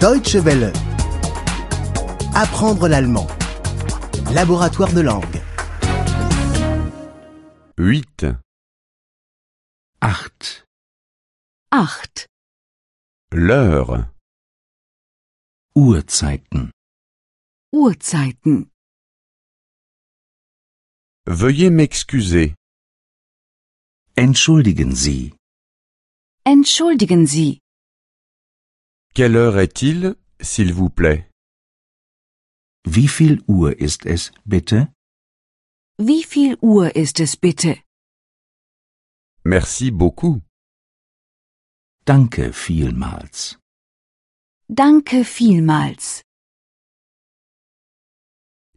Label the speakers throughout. Speaker 1: Deutsche Welle. Apprendre l'allemand. Laboratoire de langue.
Speaker 2: 8.
Speaker 3: 8.
Speaker 4: 8.
Speaker 2: L'heure.
Speaker 3: Uhrzeiten.
Speaker 4: Uhrzeiten.
Speaker 2: Veuillez m'excuser.
Speaker 3: Entschuldigen Sie,
Speaker 4: Entschuldigen Sie,
Speaker 2: Quelle heure est-il, s'il vous plaît
Speaker 3: wie viel Uhr ist es, bitte?
Speaker 4: wie viel Uhr ist es bitte?
Speaker 2: Merci beaucoup.
Speaker 3: Danke vielmals.
Speaker 4: Danke vielmals.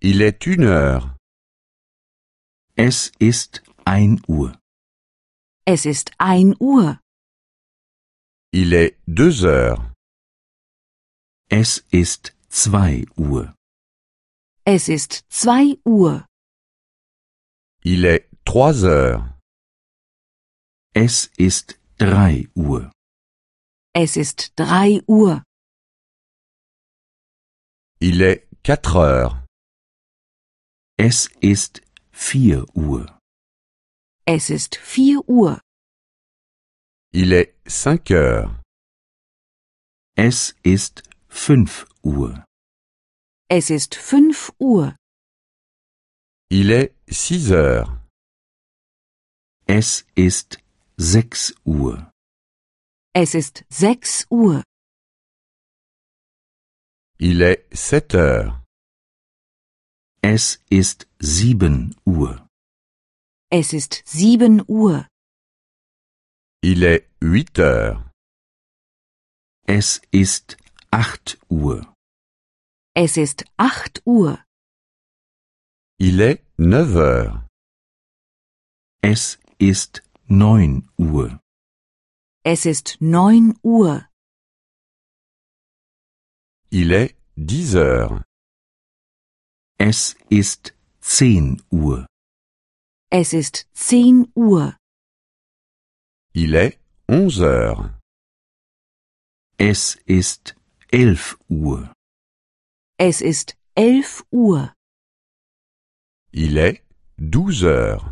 Speaker 2: Il est une heure.
Speaker 3: Es ist ein Uhr.
Speaker 4: Es ist ein Uhr.
Speaker 2: Il est deux heures.
Speaker 3: Es ist zwei Uhr.
Speaker 4: Es ist zwei Uhr.
Speaker 2: Il est trois heures.
Speaker 3: Es ist drei Uhr.
Speaker 4: Es ist drei Uhr.
Speaker 2: Il est quatre heures.
Speaker 3: Es ist vier Uhr.
Speaker 4: Es ist vier Uhr.
Speaker 2: Il est cinq heures.
Speaker 3: Es ist fünf Uhr.
Speaker 4: Es ist fünf Uhr.
Speaker 2: Il est six heures.
Speaker 3: Es ist sechs Uhr.
Speaker 4: Es ist sechs Uhr.
Speaker 2: Il est sept heures.
Speaker 3: Es ist sieben Uhr.
Speaker 4: Es ist sieben Uhr.
Speaker 2: Il est huit heures.
Speaker 3: Es ist acht Uhr.
Speaker 4: Es ist acht Uhr.
Speaker 2: Il est neuf heures.
Speaker 3: Es ist neun Uhr.
Speaker 4: Es ist neun Uhr.
Speaker 2: Il est dix heures.
Speaker 3: Es ist zehn Uhr.
Speaker 4: Es ist zehn Uhr.
Speaker 2: Il est onze heures.
Speaker 3: Es ist elf Uhr.
Speaker 4: Es ist elf Uhr.
Speaker 2: Il est douze heures.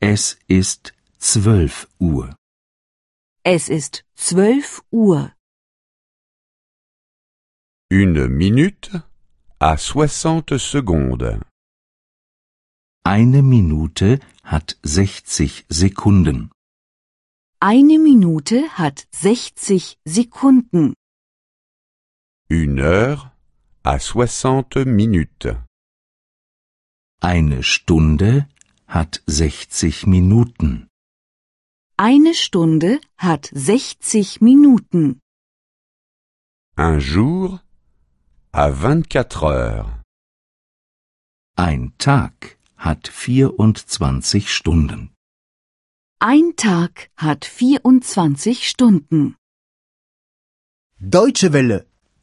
Speaker 3: Es ist zwölf Uhr.
Speaker 4: Es ist zwölf Uhr.
Speaker 2: Une minute à soixante secondes.
Speaker 3: Eine Minute hat 60 Sekunden.
Speaker 4: Eine Minute hat 60 Sekunden.
Speaker 2: Une heure à soixante minutes.
Speaker 3: Eine Stunde hat 60 Minuten.
Speaker 4: Eine Stunde hat 60 Minuten.
Speaker 2: Un jour à vingt-quatre heures.
Speaker 3: Ein Tag hat 24 Stunden.
Speaker 4: Ein Tag hat 24 Stunden.
Speaker 1: Deutsche Welle.